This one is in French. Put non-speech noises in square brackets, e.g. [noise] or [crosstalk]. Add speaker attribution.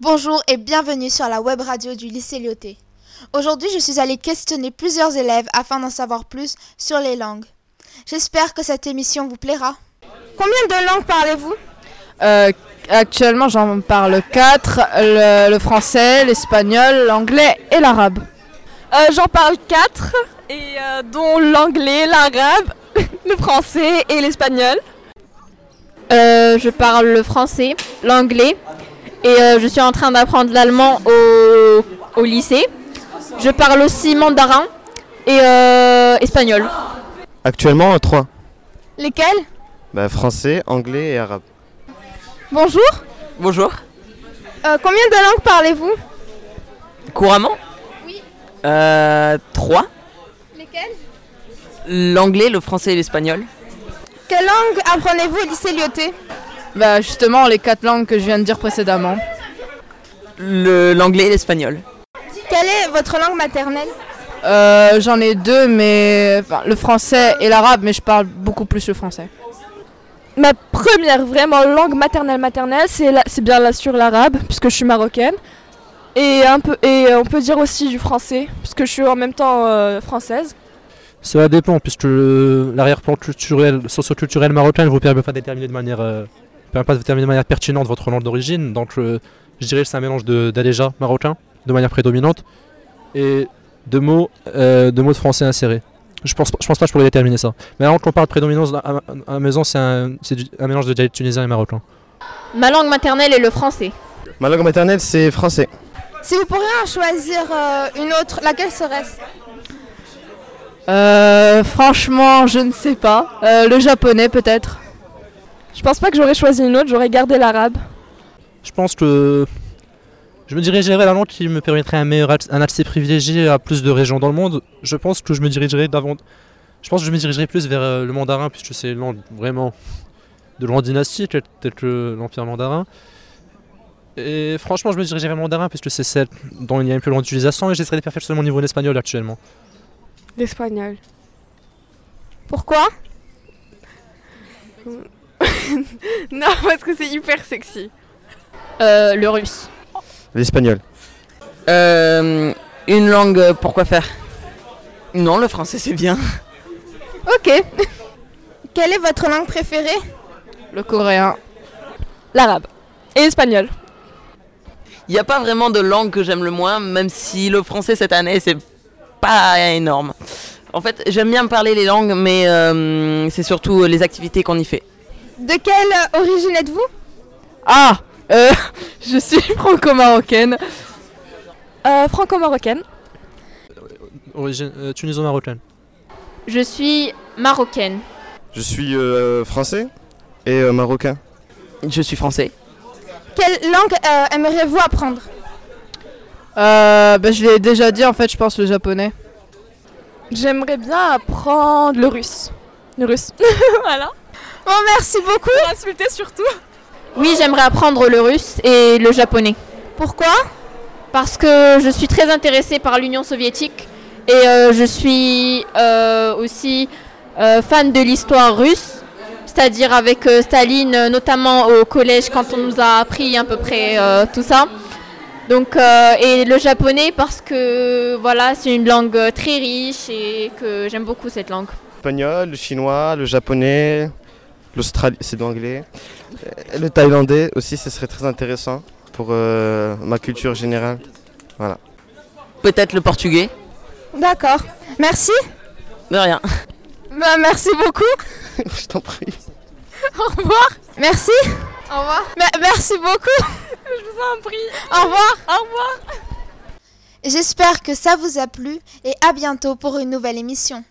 Speaker 1: Bonjour et bienvenue sur la web radio du lycée Lyoté. Aujourd'hui, je suis allée questionner plusieurs élèves afin d'en savoir plus sur les langues. J'espère que cette émission vous plaira. Combien de langues parlez-vous
Speaker 2: Euh, actuellement, j'en parle 4, le, le français, l'espagnol, l'anglais et l'arabe.
Speaker 3: Euh, J'en parle quatre, et euh, dont l'anglais, l'arabe, [laughs] le français et l'espagnol.
Speaker 4: Euh, je parle le français, l'anglais et euh, je suis en train d'apprendre l'allemand au, au lycée. Je parle aussi mandarin et euh, espagnol.
Speaker 5: Actuellement, euh, trois.
Speaker 1: Lesquelles
Speaker 5: Bah, français, anglais et arabe.
Speaker 1: Bonjour.
Speaker 6: Bonjour.
Speaker 3: Euh,
Speaker 1: combien de langues parlez-vous
Speaker 6: Couramment
Speaker 1: Oui.
Speaker 6: Euh, 3.
Speaker 1: Lesquelles
Speaker 6: L'anglais, le français et l'espagnol.
Speaker 1: Quelle langue apprenez-vous au lycée Lyoté
Speaker 2: Bah justement les quatre langues que je viens de dire précédemment.
Speaker 6: Le- L'anglais et l'espagnol.
Speaker 1: Quelle est votre langue maternelle
Speaker 2: Euh, J'en ai deux, mais enfin, le français et l'arabe, mais je parle beaucoup plus le français.
Speaker 3: Ma première vraiment langue maternelle maternelle, c'est la- c'est bien là sur l'arabe, puisque je suis marocaine. Et, un peu, et euh, on peut dire aussi du français, puisque je suis en même temps euh, française.
Speaker 7: Cela dépend, puisque le- l'arrière-plan culturel, socio-culturel marocain ne vous permet pas de déterminer de manière, euh, permet pas de déterminer de manière pertinente votre langue d'origine. Donc, euh, je dirais que c'est un mélange de- d'adéja marocain, de manière prédominante, et de mots, euh, de mots de français insérés. Je pense, pas- je pense pas que je pourrais déterminer ça. Mais avant qu'on parle prédominance, à, à- à la maison, c'est un, c'est du- un mélange de dialecte tunisien et marocain.
Speaker 4: Ma langue maternelle est le français.
Speaker 5: Ma langue maternelle, c'est français.
Speaker 1: Si vous pourriez en choisir euh, une autre, laquelle serait-ce
Speaker 2: Euh, franchement, je ne sais pas. Euh, le japonais peut-être.
Speaker 3: Je pense pas que j'aurais choisi une autre, j'aurais gardé l'arabe.
Speaker 7: Je pense que je me dirigerais vers la langue qui me permettrait un meilleur acc- un accès privilégié à plus de régions dans le monde. Je pense que je me dirigerais d'avant. Je pense que je me dirigerais plus vers euh, le mandarin puisque c'est une langue vraiment de grande dynastie telle telle que l'empire mandarin. Et franchement, je me dirigerais vers le mandarin puisque c'est celle dont il y a une plus grande utilisation et j'essaierais de perfectionner mon niveau en espagnol actuellement.
Speaker 8: L'espagnol.
Speaker 1: Pourquoi
Speaker 8: Non, parce que c'est hyper sexy.
Speaker 4: Euh, le russe.
Speaker 5: L'espagnol.
Speaker 6: Euh, une langue, euh, pourquoi faire Non, le français c'est bien.
Speaker 1: Ok. [laughs] Quelle est votre langue préférée
Speaker 2: Le coréen.
Speaker 3: L'arabe. Et l'espagnol.
Speaker 6: Il n'y a pas vraiment de langue que j'aime le moins, même si le français cette année c'est pas énorme. En fait, j'aime bien parler les langues, mais euh, c'est surtout les activités qu'on y fait.
Speaker 1: De quelle euh, origine êtes-vous
Speaker 2: Ah euh, [laughs] Je suis franco-marocaine.
Speaker 3: Euh, Franco-marocaine.
Speaker 7: Origine euh, tuniso-marocaine.
Speaker 4: Je suis marocaine.
Speaker 5: Je suis euh, français et euh, marocain.
Speaker 6: Je suis français.
Speaker 1: Quelle langue euh, aimeriez-vous apprendre
Speaker 2: Euh, bah, je l'ai déjà dit en fait, je pense le japonais.
Speaker 3: J'aimerais bien apprendre le russe. Le russe. [laughs] voilà.
Speaker 1: Bon, merci beaucoup.
Speaker 3: Pour insulter surtout.
Speaker 4: Oui, j'aimerais apprendre le russe et le japonais.
Speaker 1: Pourquoi
Speaker 4: Parce que je suis très intéressée par l'Union soviétique et euh, je suis euh, aussi euh, fan de l'histoire russe, c'est-à-dire avec euh, Staline, euh, notamment au collège quand on nous a appris à peu près euh, tout ça. Donc, euh, et le japonais parce que voilà, c'est une langue euh, très riche et que j'aime beaucoup cette langue.
Speaker 5: L'espagnol, le chinois, le japonais, l'australien, c'est de l'anglais. Euh, Le thaïlandais aussi, ce serait très intéressant pour euh, ma culture générale. [laughs]
Speaker 6: Peut-être le portugais.
Speaker 1: D'accord. Merci.
Speaker 6: De rien.
Speaker 1: Bah, merci beaucoup.
Speaker 5: Je t'en prie.
Speaker 1: Au revoir. Merci. Au revoir. merci beaucoup. Je vous en prie. Au revoir. Au revoir. J'espère que ça vous a plu et à bientôt pour une nouvelle émission.